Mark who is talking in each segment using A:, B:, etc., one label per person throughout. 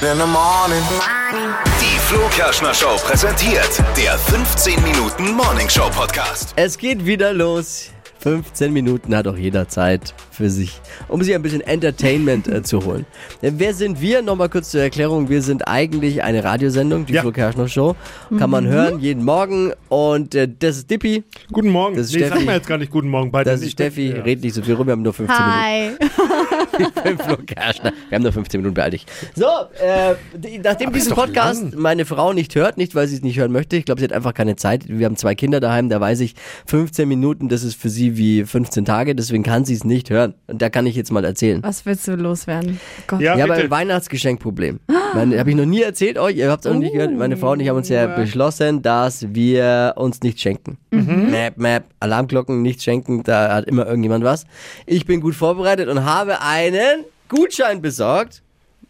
A: In the morning.
B: Die Flo Kerschner Show präsentiert der 15 Minuten Morning Show Podcast.
C: Es geht wieder los. 15 Minuten hat auch jeder Zeit für sich, um sich ein bisschen Entertainment äh, zu holen. Denn wer sind wir? Nochmal kurz zur Erklärung. Wir sind eigentlich eine Radiosendung, die
D: Ja.
C: Flo Kerschner Show. Kann man hören, jeden Morgen. Und Mhm. äh, das ist Dippi,
D: Guten Morgen.
C: Das ist
D: nee, sag
C: Steffi.
D: mal jetzt gar nicht guten Morgen bei
C: das ist Steffi.
D: Ja.
C: Red nicht so viel rum, wir haben nur 15
E: Hi.
C: Minuten. Flo Kerschner. Wir haben nur 15 Minuten, beeil dich. So, äh, die- nachdem diesen Podcast meine Frau nicht hört, nicht weil sie es nicht hören möchte, ich glaube, sie hat einfach keine Zeit. Wir haben zwei Kinder daheim, da weiß ich, 15 Minuten, das ist für sie wie 15 Tage, deswegen kann sie es nicht hören. Und da kann ich jetzt mal erzählen.
E: Was willst du loswerden? Gott.
D: Ja,
C: Ja, aber ein
D: bitte.
C: Weihnachtsgeschenkproblem. Habe ich noch nie erzählt euch, ihr habt es auch noch nicht gehört.
D: Oh.
C: Meine Frau und ich haben uns ja beschlossen, dass wir uns nichts schenken.
D: Mhm.
C: Map, map, Alarmglocken, nichts schenken, da hat immer irgendjemand was. Ich bin gut vorbereitet und habe einen Gutschein besorgt.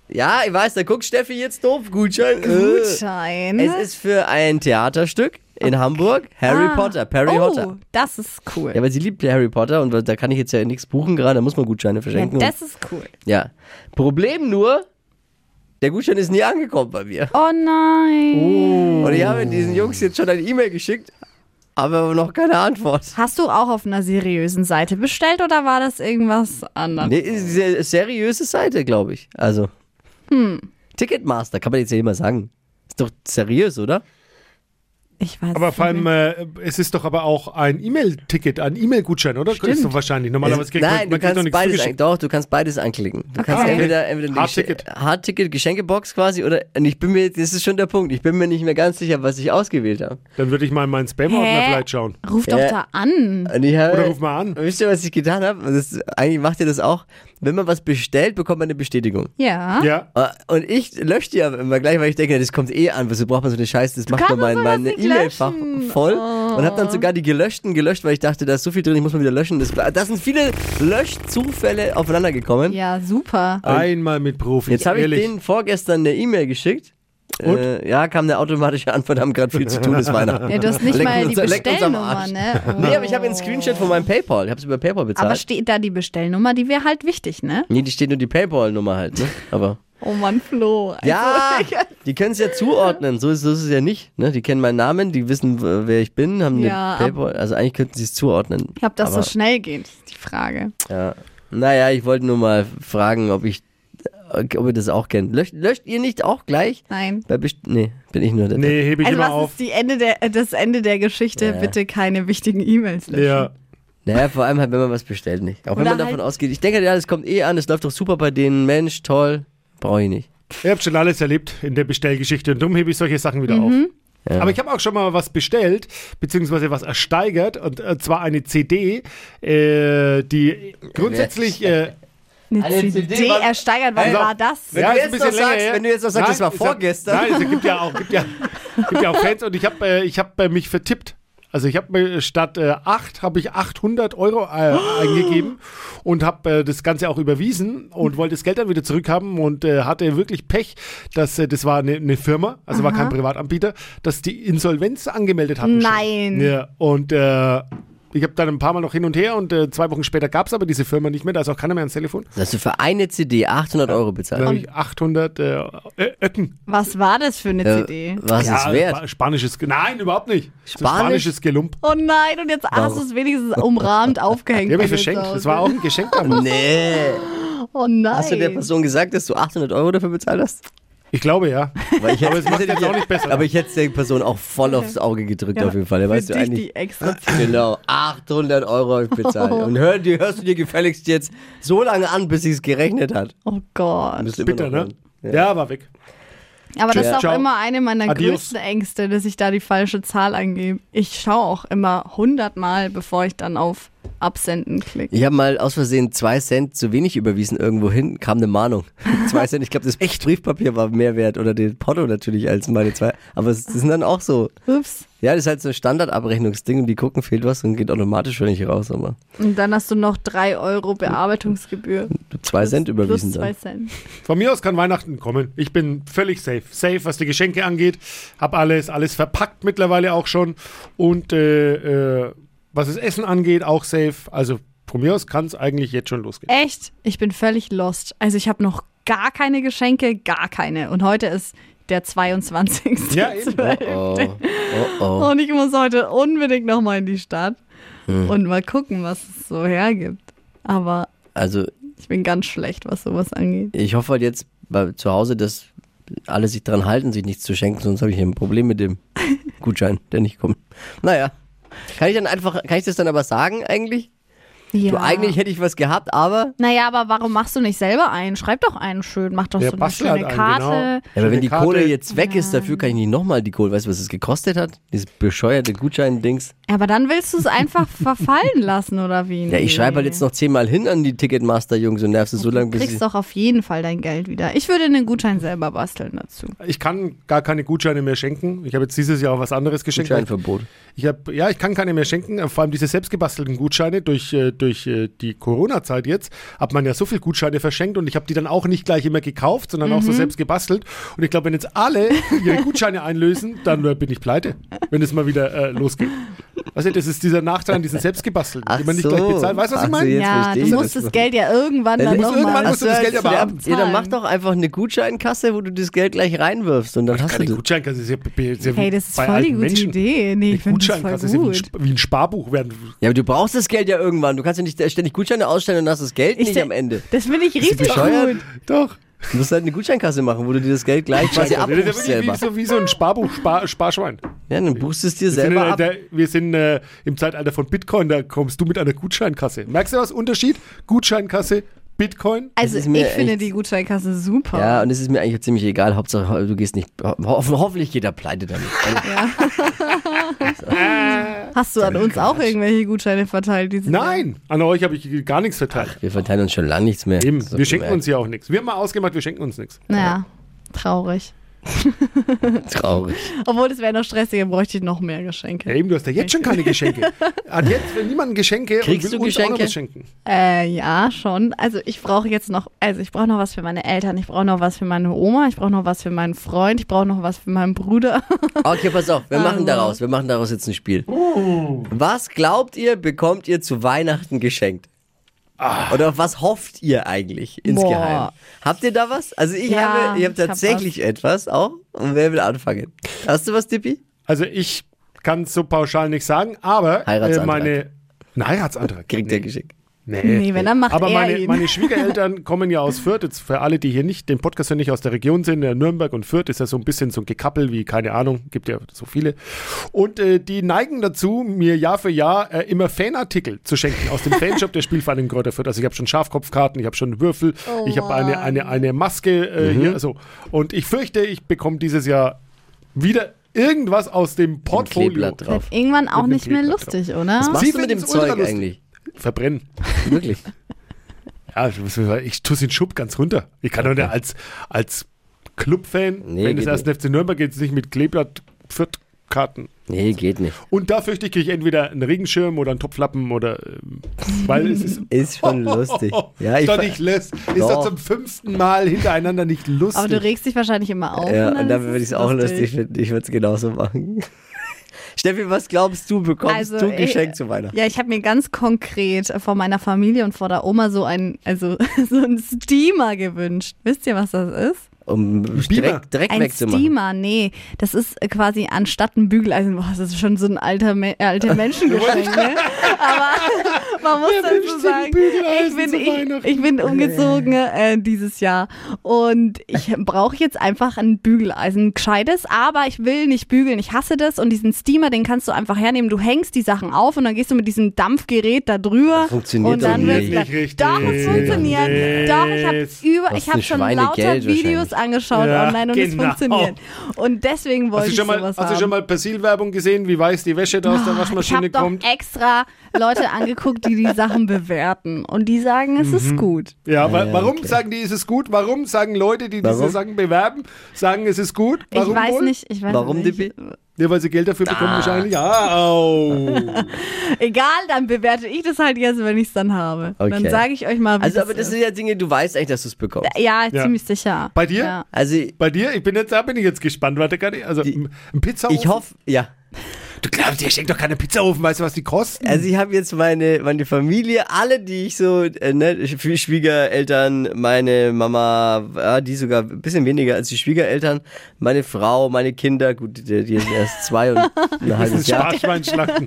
C: Ja, ich weiß, da guckt Steffi jetzt doof. Gutschein. äh.
E: Gutschein.
C: Es ist für ein Theaterstück in Hamburg. Harry
E: Ah.
C: Potter, Harry
E: oh,
C: Potter.
E: das ist cool.
C: Ja, weil sie liebt ja Harry Potter und da kann ich jetzt ja nichts buchen gerade, da muss man Gutscheine
E: Ja,
C: verschenken. und-
E: das ist cool.
C: ja. Problem nur, der Gutschein ist nie angekommen bei mir.
E: Oh nein.
C: Und ich habe diesen Jungs jetzt schon eine E-Mail geschickt, aber noch keine Antwort.
E: Hast du auch auf einer seriösen Seite bestellt oder war das irgendwas anderes?
C: Nee, ist eine seriöse Seite, glaube ich. Also. Ticketmaster, kann man jetzt ja immer sagen. Ist doch seriös, oder?
E: Ich weiß
D: Aber
E: nicht
D: vor allem,
E: mehr.
D: äh, es ist doch aber auch ein E-Mail-Ticket, ein E-Mail-Gutschein, oder? Ist doch wahrscheinlich. Normalerweise kriegt
C: Nein, du
D: man, man kriegt doch
C: kannst
D: nichts
C: beides an,
D: zugeschickt.
C: Doch, du kannst beides anklicken. Du kannst
E: Okay.
C: entweder, entweder eine
D: Hardticket.
C: Gesche- Hardticket, Geschenkebox quasi, oder und ich bin mir, das ist schon der Punkt, ich bin mir nicht mehr ganz sicher, was ich ausgewählt habe.
D: Dann würde ich mal in meinen Spam-Ordner
E: Hä?
D: vielleicht schauen.
E: Ruf doch
C: Äh,
E: da an.
C: Und ich habe,
D: Oder ruf mal an.
C: Wisst ihr, was ich getan habe? Das ist- Eigentlich macht ihr das auch. Wenn man was bestellt, bekommt man eine Bestätigung.
E: Ja.
D: Ja.
C: Äh, Und ich lösche die aber immer gleich, weil ich denke, das kommt eh an. Wieso braucht man so eine Scheiße? Das macht
E: kannst
C: nur mein,
E: doch sowas
C: meine
E: nicht
C: E-Mail-Fach
E: löschen. Oh.
C: voll. Und habe dann sogar die gelöschten gelöscht, weil ich dachte, da ist so viel drin, ich muss mal wieder löschen. Das, das sind viele Löschzufälle aufeinander gekommen.
E: Ja, super.
D: Einmal mit Profi.
C: Jetzt habe ich
D: ehrlich.
C: denen vorgestern eine E-Mail geschickt.
D: Und?
C: Äh, ja, kam eine automatische Antwort, haben gerade viel zu tun, ist Weihnachten.
E: Ja, du hast nicht
C: Leck
E: mal
C: uns-
E: die
C: leck uns am
E: Bestellnummer,
C: Arsch.
E: ne? Oh.
C: Nee, aber ich habe einen Screenshot von meinem PayPal. Ich habe es über PayPal bezahlt.
E: Aber steht da die Bestellnummer, die wäre halt wichtig, ne?
C: Nee, die steht nur die PayPal-Nummer halt, ne? Aber.
E: Oh Mann, Flo. Also,
C: Ja, die können es ja zuordnen. So ist, so ist es ja nicht. Ne? Die kennen meinen Namen, die wissen, w- wer ich bin, haben
E: Ja,
C: eine PayPal. Also eigentlich könnten sie es zuordnen.
E: Ich hab das
C: Aber,
E: so schnell geht, ist die Frage.
C: ja. Naja, ich wollte nur mal fragen, ob ich, ob ihr das auch kennt. Löscht, löscht ihr nicht auch gleich?
E: Nein.
C: Bei Best nee, bin ich nur der.
D: Nee, hebe ich
E: Also
D: immer
E: was
D: auf.
E: ist die Ende der, äh, das Ende der Geschichte?
C: Ja.
E: Bitte keine wichtigen E-Mails löschen.
D: Ja.
C: Naja, vor allem halt, wenn man was bestellt, nicht. Auch wenn
E: Oder
C: man davon
E: halt-
C: ausgeht, ich denke, ja, das kommt eh an, es läuft doch super bei denen. Mensch, toll, brauche ich nicht.
D: Ihr habt schon alles erlebt in der Bestellgeschichte und darum hebe ich solche Sachen wieder
C: Mhm.
D: auf. Aber ich habe auch schon mal was bestellt, beziehungsweise was ersteigert, und äh, zwar eine CD, äh, die grundsätzlich äh,
E: Eine,
C: Eine
E: CD,
C: CD war-
E: ersteigert, wann
D: Also,
E: war das?
C: wenn-
D: ja,
C: du
D: ist ein
C: jetzt
D: bisschen
C: noch
D: länger
C: sagst-
D: her.
C: wenn du jetzt noch sagst, es war
D: es hat-
C: vorgestern.
D: nein, es gibt ja auch, gibt ja, gibt ja auch Fans und ich habe äh, ich hab, äh, mich vertippt. Also ich habe mir statt äh, 8 habe ich 800 Euro äh, eingegeben und habe äh, das Ganze auch überwiesen und wollte das Geld dann wieder zurückhaben und äh, hatte wirklich Pech, dass äh, das war eine, eine Firma, also war kein Privatanbieter, dass die Insolvenz angemeldet hatten. schon.
E: Nein.
D: Ja, und äh, ich habe dann ein paar Mal noch hin und her und äh, zwei Wochen später gab es aber diese Firma nicht mehr, da ist auch keiner mehr ans Telefon.
C: Da hast du für eine CD 800 Euro bezahlt.
D: Dann habe ich 800 äh, Ö- Öcken.
E: Was war das für eine
C: Äh,
E: CD?
C: was ist wert?
D: Spa- Spanisches. Ge- Nein, überhaupt nicht. So
C: Spanisch?
D: Spanisches Gelump.
E: Oh nein, und jetzt hast du es wenigstens umrahmt aufgehängt.
D: Die habe ich
E: damit
D: verschenkt.
E: so
D: Das
C: ne?
D: war auch ein Geschenk damals.
C: Nee.
E: aussieht. Oh nein.
C: Hast du der Person gesagt, dass du 800 Euro dafür bezahlt hast?
D: Ich glaube ja.
C: Weil ich
D: Aber es macht jetzt auch nicht besser.
C: Aber ich hätte der Person auch voll aufs Auge gedrückt auf jeden Fall.
E: für
C: weißt du
E: dich
C: eigentlich?
E: die extra
C: Genau, 800 Euro habe ich bezahlt. Und hör, die hörst du dir gefälligst jetzt so lange an, bis sie es gerechnet hat.
E: Oh Gott.
C: Bist du immer
D: Bitter,
C: noch
D: ne?
C: dran.
D: Ja. war weg.
E: Aber das
D: Tschüss,
E: ist auch
D: ciao.
E: immer eine meiner
D: Adios.
E: größten Ängste, dass ich da die falsche Zahl eingebe. Ich schaue auch immer hundertmal, bevor ich dann auf Absenden klicke.
C: Ich habe mal aus Versehen zwei Cent zu wenig überwiesen irgendwo hin, kam eine Mahnung. Zwei Cent, ich glaube, das Briefpapier war mehr wert oder den Porto natürlich als meine zwei. Aber es das sind dann auch so.
E: Ups.
C: Ja, das ist halt so ein Standardabrechnungsding und die gucken, fehlt was und geht automatisch schon nicht raus. Aber
E: Und dann hast du noch drei Euro Bearbeitungsgebühr.
C: zwei Cent überwiesen
E: Plus
C: dann.
E: zwei Cent.
D: Von mir aus kann Weihnachten kommen. Ich bin völlig safe. Safe, was die Geschenke angeht. Hab alles, alles verpackt mittlerweile auch schon. Und äh, äh, was das Essen angeht, auch safe. Also Von mir aus kann es eigentlich jetzt schon losgehen.
E: Echt? Ich bin völlig lost. Also ich habe noch gar keine Geschenke, gar keine. Und heute ist der 22.
D: Ja, eben.
C: Oh, oh, oh. Hm.
E: Und ich muss heute unbedingt nochmal in die Stadt und mal gucken, was es so hergibt. Aber
C: Also,
E: ich bin ganz schlecht, was sowas angeht.
C: ich hoffe halt jetzt bei, zu Hause, dass alle sich dran halten, sich nichts zu schenken, sonst habe ich ein Problem mit dem Gutschein, der nicht kommt. Naja. Kann ich dann einfach, kann ich das dann aber sagen eigentlich?
E: Ja.
C: Du, eigentlich hätte ich was gehabt, aber.
E: Naja, aber warum machst du nicht selber einen? Schreib doch einen schön, mach doch
D: Ja,
E: so eine
D: bastel
E: schöne
D: halt einen,
E: Karte.
C: Ja, aber
D: Schöne
C: wenn die
D: Karte.
C: Kohle jetzt weg ist, dafür kann ich nicht nochmal die Kohle. Weißt du, was es gekostet hat? Dieses bescheuerte Gutschein-Dings.
E: Aber dann willst du es einfach verfallen lassen, oder wie?
C: Ja, ich schreibe halt jetzt noch zehnmal hin an die Ticketmaster-Jungs und nervst es so lange,
E: Du
C: bis
E: kriegst
C: ich.
E: doch auf jeden Fall dein Geld wieder. Ich würde einen Gutschein selber basteln dazu.
D: Ich kann gar keine Gutscheine mehr schenken. Ich habe jetzt dieses Jahr auch was anderes geschenkt.
C: Gutscheinverbot.
D: Ich hab, ja, ich kann keine mehr schenken. Äh, Vor allem diese selbstgebastelten Gutscheine durch, äh, durch äh, die Corona-Zeit jetzt hat man ja so viel Gutscheine verschenkt und ich habe die dann auch nicht gleich immer gekauft, sondern auch so
E: Mhm.
D: selbst gebastelt. Und ich glaube, wenn jetzt alle ihre Gutscheine einlösen, dann äh, bin ich pleite, wenn es mal wieder äh, losgeht. Also das ist dieser Nachteil an diesen selbstgebastelten,
C: Ach
D: den man nicht
C: so.
D: gleich bezahlt. Weißt du, was ich
C: Ach so,
D: meine?
C: Jetzt
E: ja,
C: verstehe
E: du
C: ich
E: musst
C: das.
E: das Geld ja irgendwann
C: Ja,
E: dann
C: du
D: musst
E: nochmal.
D: irgendwann musst du das Geld aber ab-
C: ja, dann
E: zahlen.
C: mach doch einfach eine Gutscheinkasse, wo du das Geld gleich reinwirfst und dann hast du
D: Keine
C: das.
D: Gutscheinkasse ist ja, ist ja
E: Also Hey, das ist
D: bei
E: voll die
D: alten
E: gute
D: Menschen.
E: Idee. Nee,
D: Die
E: ich finde das
D: Gutscheinkasse ist ja
E: voll
D: wie ein,
E: gut.
D: Sp- wie ein Sparbuch werden.
C: Ja, aber du brauchst das Geld ja irgendwann. Du kannst ja nicht ständig Gutscheine ausstellen und hast das Geld nicht
E: se-
C: am Ende.
E: Das finde ich richtig
C: bescheuert?
E: gut.
D: Doch.
C: Du musst halt eine Gutscheinkasse machen, wo du dir das Geld gleich quasi
D: Das ist ja
C: abbuchst
D: wirklich wie
C: selber.
D: so, wie so ein Sparbuch, Spar, Sparschwein.
C: Ja, dann buchst du es dir
D: Wir sind, in
C: selber
D: einer-
C: ab.
D: der, wir sind äh, im Zeitalter von Bitcoin, da kommst du mit einer Gutscheinkasse. Merkst du was? Unterschied? Gutscheinkasse, Bitcoin.
E: Also
C: Das ist
E: ich
C: mir
E: finde
C: echt-
E: die Gutscheinkasse super.
C: Ja, und es ist mir eigentlich ziemlich egal. Hauptsache, ho- du gehst nicht. Ho ho hoffentlich geht er pleite damit.
E: Hast du an uns auch irgendwelche Gutscheine verteilt? Dieses
D: Nein, an euch habe ich gar nichts verteilt.
C: Wir verteilen uns schon lange nichts mehr.
D: Eben,
C: Das ist
D: wir
C: doch
D: schenken
C: gemerkt.
D: uns ja auch nichts. Wir haben mal ausgemacht, wir schenken uns nichts.
E: Jahr? Naja, traurig.
C: Traurig.
E: Obwohl, es wäre noch stressiger, bräuchte ich noch mehr Geschenke.
D: Ja, eben, du hast ja jetzt schon keine Geschenke. Hat jetzt will niemand Geschenke
C: Kriegst
D: und will
C: du
D: uns auch noch
C: Geschenke?
D: was schenken.
E: Äh, ja, schon. Also ich brauche jetzt noch, also ich brauche noch was für meine Eltern, ich brauche noch was für meine Oma, ich brauche noch was für meinen Freund, ich brauche noch was für meinen Bruder.
C: Okay, pass auf, wir machen daraus, wir machen daraus jetzt ein Spiel.
D: Uh.
C: Was glaubt ihr, bekommt ihr zu Weihnachten geschenkt?
D: Ah.
C: Oder auf was hofft ihr eigentlich insgeheim?
E: Boah.
C: Habt ihr da was? Also ich
E: Ja,
C: habe, ich habe
E: ich hab
C: tatsächlich etwas auch. Und wer will anfangen? Hast du was, Tippi?
D: Also ich kann es so pauschal nicht sagen, aber äh,
C: Heiratsantrag.
D: meine... Ein Heiratsantrag.
C: Kriegt ihr geschenkt.
D: Nee.
E: Nee, wenn, dann macht
D: Aber
E: er
D: meine,
E: ihn.
D: meine Schwiegereltern kommen ja aus Fürth. Jetzt für alle, die hier nicht den Podcast hören, nicht aus der Region sind, äh, Nürnberg und Fürth ist ja so ein bisschen so ein Gekappel wie, keine Ahnung, gibt ja so viele. Und äh, die neigen dazu, mir Jahr für Jahr äh, immer Fanartikel zu schenken aus dem Fanshop der Spielvereinigung Kräuter Fürth. Also ich habe schon Schafkopfkarten, ich habe schon Würfel,
E: Oh
D: ich habe eine, eine, eine Maske äh, hier. So. Und ich fürchte, ich bekomme dieses Jahr wieder irgendwas aus dem
C: Ein
D: Portfolio.
C: Kleeblatt
E: Wird
C: drauf.
E: irgendwann auch
D: Mit dem
E: nicht mehr
D: Kleber
E: lustig, oder?
C: Was
D: Sie
C: machst du mit dem
D: finden's ultra
C: Zeug
D: lustig.
C: eigentlich?
D: Verbrennen.
C: Wirklich?
D: Ja, ich muss- ich tue den Schub ganz runter. Ich kann doch nicht als, als Clubfan,
C: Nee,
D: wenn
C: geht
D: es erst FC Nürnberg geht, nicht mit Kleeblatt Fürth Karten.
C: Nee, geht nicht.
D: Und da fürchte ich, kriege ich entweder einen Regenschirm oder einen Topflappen oder. ähm, Weil es ist. Oh,
C: Ist schon lustig. Ja,
D: ist
C: ich
D: doch
C: ver-
D: nicht lust, Ist doch
C: Doch.
D: zum fünften Mal hintereinander nicht lustig.
E: Aber du regst dich wahrscheinlich immer auf.
C: ja,
E: und dann,
C: und dann
E: Oh ist
C: würde ich es auch lustig finden. Ich würde es genauso machen. Steffi, was glaubst du, bekommst
E: Also,
C: du
E: ich-
C: geschenkt zu Weihnachten?
E: Ja, ich habe mir ganz konkret von meiner Familie und vor der Oma so einen, also so einen Steamer gewünscht. Wisst ihr, was das ist?
C: Um
D: Beamer.
C: Dreck, Dreck
E: Ein
C: wegzumachen.
E: Steamer, nee. Das ist äh, quasi anstatt ein Bügeleisen. Boah, das ist schon so ein alter, Me äh, alte Menschengeschenk, ne? Aber man muss
D: Wer wünscht
E: dazu
D: sich ein
E: sagen, ich
D: Bügeleisen
E: bin,
D: zu
E: ich,
D: Weihnachten?
E: ich bin umgezogen äh, dieses Jahr. Und ich brauche jetzt einfach ein Bügeleisen. Ein Gescheites, aber ich will nicht bügeln. Ich hasse das. Und diesen Steamer, den kannst du einfach hernehmen. Du hängst die Sachen auf und dann gehst du mit diesem Dampfgerät da drüber.
C: Funktioniert
E: und dann
C: doch
E: wird's
C: nicht.
E: gleich-
D: Nicht richtig.
E: Doch, es funktioniert.
D: Nee.
E: Doch, ich habe über,
C: Kostet
E: ich habe
C: ein
E: schon
C: Schweinegeld
E: lauter Videos
C: wahrscheinlich.
E: angeschaut
D: Ja,
E: online und
D: genau.
E: es funktioniert. Und deswegen wollte
D: Hast du
E: ich
D: schon mal,
E: sowas
D: hast du schon
E: haben.
D: mal Persil-Werbung gesehen, wie weiß die Wäsche da aus der
E: ich habe
D: Waschmaschine
E: doch
D: kommt?
E: extra Leute angeguckt, die die Sachen bewerten und die sagen, es
D: Mhm.
E: ist gut.
D: Ja, wa
C: ja,
D: warum
C: okay.
D: sagen die, ist es gut? Warum sagen Leute, die diese
C: Warum?
D: Sachen bewerben, sagen, es ist gut? Warum
E: ich weiß
D: wohl?
E: nicht, ich weiß
C: Warum,
E: nicht.
C: Dippi?
D: Ja, weil sie Geld dafür bekommen wahrscheinlich. Ja, au.
E: Egal, dann bewerte ich das halt jetzt, wenn ich es dann habe.
C: Okay.
E: Dann sage ich euch mal, wie
C: Also, aber das sind ja Dinge, du weißt eigentlich, dass du es bekommst.
E: ja,
D: Ja.
E: ziemlich sicher.
D: Bei dir?
E: Ja.
C: Also,
D: Bei dir, ich bin jetzt, da bin ich jetzt gespannt. Warte, kann ich, also
C: Die-
D: ein Pizza.
C: ich hoffe, ja.
D: Du glaubst, ihr schenkt doch keine Pizzaofen, weißt du, was die kosten?
C: Also ich habe jetzt meine, meine Familie, alle, die ich so, äh, ne, Schw- Schwiegereltern, meine Mama, ja, die sogar ein bisschen weniger als die Schwiegereltern, meine Frau, meine Kinder, gut, die, die sind erst zwei und ein
D: Das
C: halbes
D: ist
C: Jahr.
D: Sparschweinschlachten.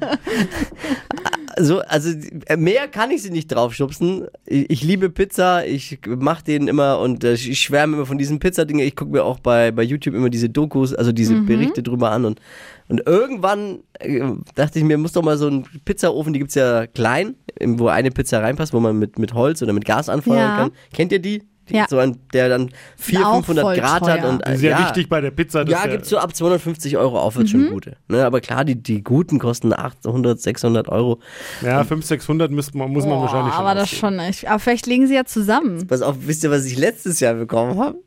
C: Also, also äh, mehr kann ich sie nicht draufschubsen. Ich, ich liebe Pizza, ich mache den immer und äh, ich schwärme immer von diesen Pizzadinger. Ich gucke mir auch bei, bei YouTube immer diese Dokus, also diese
E: Mhm.
C: Berichte drüber an und, und irgendwann äh, dachte ich mir, muss doch mal so ein Pizzaofen, die gibt's ja klein, im- wo eine Pizza reinpasst, wo man mit, mit Holz oder mit Gas anfeuern
E: Ja.
C: kann. Kennt ihr die? Die-
E: Ja.
C: So ein, der dann 400,
E: auch
C: 500
E: voll
C: Grad hat
E: teuer.
C: und äh,
D: Sehr
C: ja.
D: wichtig bei der Pizza. dass
C: Ja,
D: der-
C: gibt so ab 250 Euro aufwärts
E: Mhm.
C: schon gute. Ne, aber klar, die, die guten kosten 800, 600 Euro.
D: Ja, 500, 600 müsst man, muss man
E: Boah,
D: wahrscheinlich schon
E: aber das
D: ausgeben.
E: schon echt. Aber vielleicht legen sie ja zusammen.
C: Pass auf, wisst ihr, was ich letztes Jahr bekommen habe?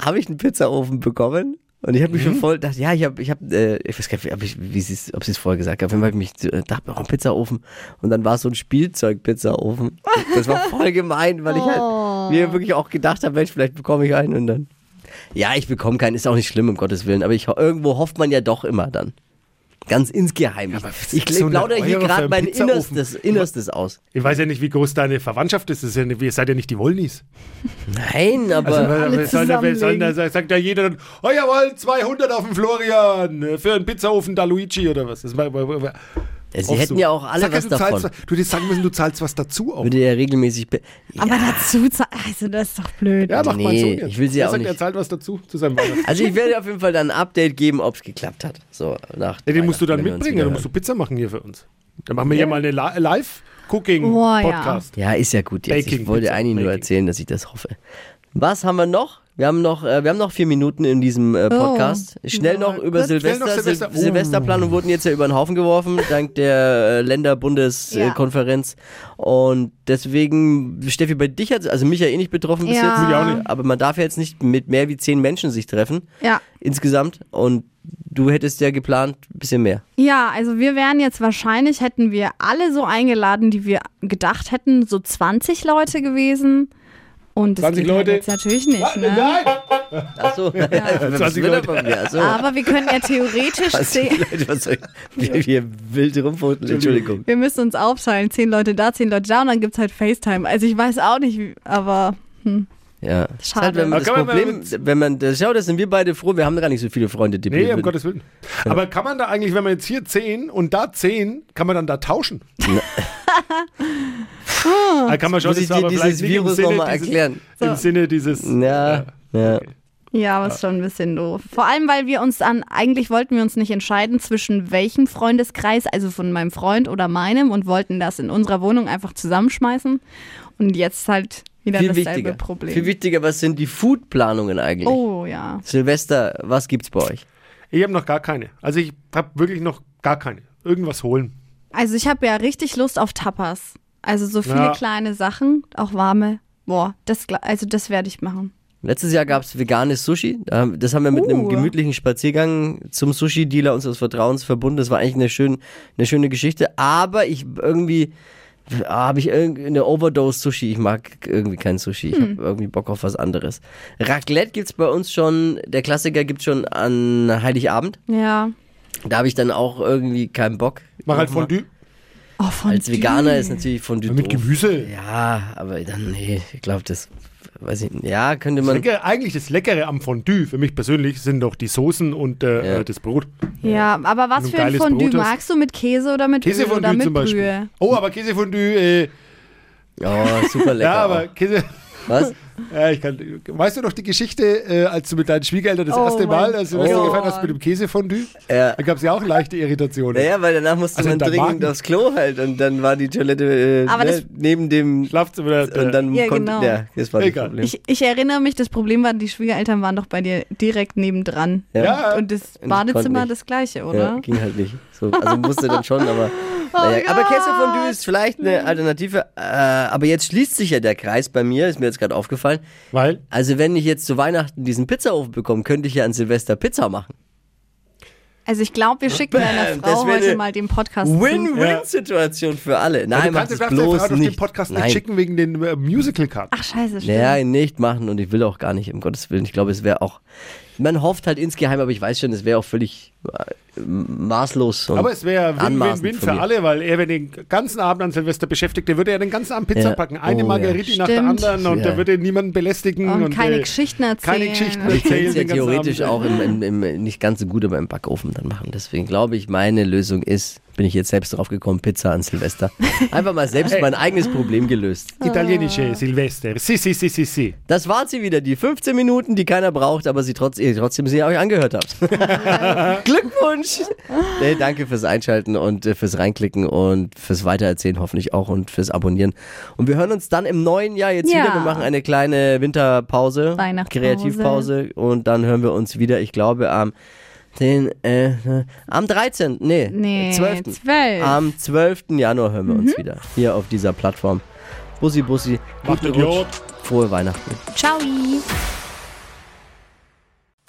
C: Habe ich einen Pizzaofen bekommen und ich habe mich
D: Mhm.
C: schon voll gedacht, ja, ich habe, ich habe, äh, ich weiß gar nicht, ob ich, wie sie es, ob sie es vorher gesagt hat, wenn ich mich äh, dachte, oh, Pizzaofen und dann war es so ein Spielzeug-Pizzaofen. Das war voll gemein, weil ich
D: Oh.
C: halt mir wirklich auch gedacht habe, Mensch, vielleicht bekomme ich einen und dann. Ja, ich bekomme keinen, ist auch nicht schlimm, um Gottes Willen, aber ich, irgendwo hofft man ja doch immer dann. Ganz insgeheim. ich ich
D: 600
C: plaudere hier
D: Euro für
C: gerade
D: einen
C: mein
D: Pizzaofen.
C: Innerstes, Innerstes aus.
D: Ich weiß ja nicht, wie groß deine Verwandtschaft ist. Das ist ja, nicht- ihr seid ja nicht die Wollnis.
C: Nein, aber.
D: Also, wer- wer soll, da- wer soll, da-
E: zusammenlegen.
D: sagt ja jeder dann, oh jawohl, 200 auf den Florian, äh, für einen Pizzaofen da Luigi oder was. Das war, war, war, war.
C: Ja, Sie
D: oft
C: hätten
D: so.
C: ja auch alle
D: Sag ja,
C: was
D: du
C: davon.
D: Zahlst, du hättest sagen müssen, du zahlst was dazu auch.
C: Würde ja regelmäßig. Be
E: Aber dazu, zahl- also das ist doch blöd.
D: Ja, macht mein
C: Nee,
D: Sohn jetzt.
C: ich will sie
D: Der
C: auch
D: sagt, Er
C: nicht.
D: zahlt was dazu zu seinem Weihnachten.
C: Also ich werde auf jeden Fall dann ein Update geben, ob es geklappt hat. So, nach
D: Ja, den musst du dann
C: Weihnachten, wenn wir uns
D: mitbringen, dann
C: wieder
D: musst du Pizza machen hier für uns. Dann machen wir hier mal eine La-
E: Boah, ja.
D: Live-Cooking-Podcast.
C: hören. Ja, ist ja gut jetzt.
D: Baking
C: ich wollte
D: Pizza,
C: eigentlich nur
D: Baking.
C: erzählen, dass ich das hoffe. Was haben wir noch? Wir haben noch, äh, wir haben noch vier Minuten in diesem
E: Oh,
C: äh, Podcast.
E: genau.
C: Schnell noch über
D: Schnell noch
C: Silvester.
D: Silvester.
C: Sil Silvesterplanung wurden jetzt ja über den Haufen geworfen, dank der äh,
E: Ja.
C: Länderbundeskonferenz. Und deswegen, Steffi, bei dich hat also mich ja eh nicht betroffen bis
E: Ja.
C: jetzt.
E: Mich auch
D: nicht.
C: Aber man darf ja jetzt nicht mit mehr wie zehn Menschen sich treffen.
E: Ja.
C: insgesamt und du hättest ja geplant ein bisschen mehr.
E: Ja, also wir wären jetzt wahrscheinlich, hätten wir alle so eingeladen, die wir gedacht hätten, so 20 Leute gewesen. Und das
D: 20
E: geht halt
D: Leute.
E: jetzt natürlich nicht. Ne?
D: Nein!
C: Achso, ja. was
D: 20
C: Also, will er
D: Leute.
C: von mir? Achso.
E: Aber wir können ja theoretisch
C: was,
E: zehn,
C: Leute, was soll ich? Wir, wir wild rumfuchteln, Entschuldigung.
E: wir müssen uns aufteilen. Zehn Leute da, zehn Leute da und dann gibt's halt FaceTime. Also ich weiß auch nicht, wie- aber hm.
C: Ja. Das ist Halt, wenn
D: Aber
C: man das
D: kann man mal
C: Problem, wenn man, das, schau, das sind wir beide froh, wir haben gar nicht so viele Freunde, die
D: Nee, um Gottes Willen. Aber kann man da eigentlich, wenn man jetzt hier 10 und da 10, kann man dann da tauschen? da kann man schon
C: muss ich
D: das war
C: dir
D: aber
C: dieses
D: vielleicht nicht im
C: Virus
D: Sinne
C: nochmal
D: dieses-
C: erklären.
D: Im Sinne dieses.
C: Ja, ja.
E: ja, was schon ein bisschen doof. Vor allem, weil wir uns an, eigentlich wollten wir uns nicht entscheiden zwischen welchem Freundeskreis, also von meinem Freund oder meinem und wollten das in unserer Wohnung einfach zusammenschmeißen. Und jetzt halt wieder
C: Viel
E: dasselbe
C: wichtiger.
E: Problem.
C: Viel wichtiger, was sind die Foodplanungen eigentlich?
E: oh ja.
C: Silvester, was gibt's bei euch?
D: Ich habe noch gar keine. Also ich habe wirklich noch gar keine. Irgendwas holen.
E: Also ich habe ja richtig Lust auf Tapas. Also so viele
D: Ja.
E: kleine Sachen, auch warme. Boah, das, gla- also das werde ich machen.
C: Letztes Jahr gab's veganes Sushi. Da- Das haben wir mit einem
E: Uh.
C: gemütlichen Spaziergang zum Sushi-Dealer unseres Vertrauens verbunden. Das war eigentlich eine, schön, eine schöne Geschichte. Aber ich irgendwie ah, habe ich irgendwie eine Overdose Sushi. Ich mag irgendwie kein Sushi. Ich habe irgendwie Bock auf was anderes. Raclette gibt's bei uns schon. Der Klassiker gibt's schon an Heiligabend.
E: Ja.
C: Da habe ich dann auch irgendwie keinen Bock.
D: Mach halt Fondue.
E: Oh, von
C: Als Veganer ist natürlich Fondue
D: Mit
C: doof.
D: Gemüse.
C: Ja, aber dann, nee, ich glaube, das, weiß ich nicht. Ja, könnte
D: Das
C: man.
D: Leckere, eigentlich das Leckere am Fondue für mich persönlich sind doch die Soßen und äh,
C: Ja.
D: äh, das Brot.
E: Ja, aber
D: Wenn
E: was
D: du
E: für ein
D: geiles
E: Fondue
D: Brot hast.
E: magst du mit Käse oder mit Öl oder
D: Käsefondue
E: mit
D: zum Beispiel.
E: Brühe?
D: Oh, aber Käsefondue, äh,
C: Oh, super lecker.
D: ja, aber
C: auch.
D: Käse.
C: Was?
D: Ja, ich kann, weißt du noch die Geschichte, äh, als du mit deinen Schwiegereltern das
E: Oh
D: erste
E: mein
D: Mal als du Gott.
E: Gott.
D: gefeiert hast mit dem Käsefondue?
C: Ja.
D: Da gab es ja auch leichte Irritationen.
C: Naja, weil danach musste
D: Also
C: man
D: der
C: dringend
D: Magen.
C: aufs Klo halt und dann war die Toilette äh,
E: Aber
C: ne,
E: das-
C: neben dem
D: Schlafzimmer. äh,
C: und dann
E: Ja,
C: konnte
E: genau.
C: ja, das war das
D: Egal.
C: Problem.
E: Ich, ich erinnere mich, das Problem war, die Schwiegereltern waren doch bei dir direkt nebendran.
D: Ja.
E: Und das
C: konnten
E: Badezimmer
C: nicht.
E: das gleiche,
C: ja,
E: oder? Oh,
C: ging halt nicht. So, also musste dann schon, aber naja. aber Kesselfondue ist vielleicht
E: Mhm.
C: eine Alternative. Äh, aber jetzt schließt sich ja der Kreis bei mir, ist mir jetzt gerade aufgefallen.
D: weil
C: Also wenn ich jetzt zu Weihnachten diesen Pizzaofen bekomme, könnte ich ja an Silvester Pizza machen.
E: Also ich glaube, wir schicken deiner
C: Bam, das
E: Frau
C: wäre
E: heute
C: eine
E: mal den Podcast zu.
C: Win-Win-Situation für alle.
D: Ja,
C: Nein,
D: du
C: macht
D: also kannst
C: es
D: jetzt darfst deine
C: bloß
D: Frau doch den
C: nicht.
D: Podcast
C: Nein.
D: nicht schicken wegen den äh, Musical-Karten.
E: Ach scheiße, stimmt.
C: Nein, nicht machen und ich will auch gar nicht, um Gottes Willen. Ich glaube, es wäre auch, man hofft halt insgeheim, aber ich weiß schon, es wäre auch völlig äh, maßlos. und
D: Aber es wäre
C: anmaßend
D: Win-Win-Win
C: von
D: für
C: mir.
D: alle, weil er, wenn er den ganzen Abend an Silvester beschäftigt, der würde ja den ganzen Abend Pizza
C: Ja.
D: packen. Eine
C: Oh,
D: Margheriti
E: ja.
D: nach der
E: Stimmt.
D: anderen und
C: Ja.
D: der würde niemanden belästigen.
E: Und,
D: Und,
E: keine
D: äh,
E: Geschichten erzählen.
D: keine Geschichten
C: Ich könnte es ja
D: den ganzen
C: theoretisch
D: Abend.
C: auch im, im, im, nicht ganz so gut aber im Backofen dann machen. Deswegen glaube ich, meine Lösung ist, bin ich jetzt selbst drauf gekommen, Pizza an Silvester. Einfach mal selbst mein eigenes Problem gelöst.
E: Ah.
D: Italienische Silvester. Si, si, si, si, si.
C: Das waren sie wieder, die 15 Minuten, die keiner braucht, aber sie trotz, ihr trotzdem sie euch angehört habt. Glückwunsch! Nee, danke fürs Einschalten und äh, fürs Reinklicken und fürs Weitererzählen hoffentlich auch und fürs Abonnieren. Und wir hören uns dann im neuen Jahr jetzt
E: Ja.
C: wieder. Wir machen eine kleine Winterpause,
E: Weihnachtspause.
C: Kreativpause und dann hören wir uns wieder, ich glaube, am den, äh, äh, am 13. Nee,
E: Nee, Mhm.
C: 12.
E: 12.
C: Am 12. Januar hören wir uns wieder. Hier auf dieser Plattform. Bussi, Bussi.
D: Macht
C: guten
D: Idiot.
C: Rutsch, Frohe Weihnachten.
E: Ciao.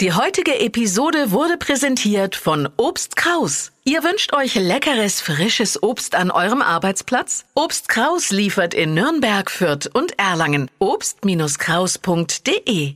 F: Die heutige Episode wurde präsentiert von Obst Kraus. Ihr wünscht euch leckeres, frisches Obst an eurem Arbeitsplatz? Obst Kraus liefert in Nürnberg, Fürth und Erlangen. Obst-Kraus.de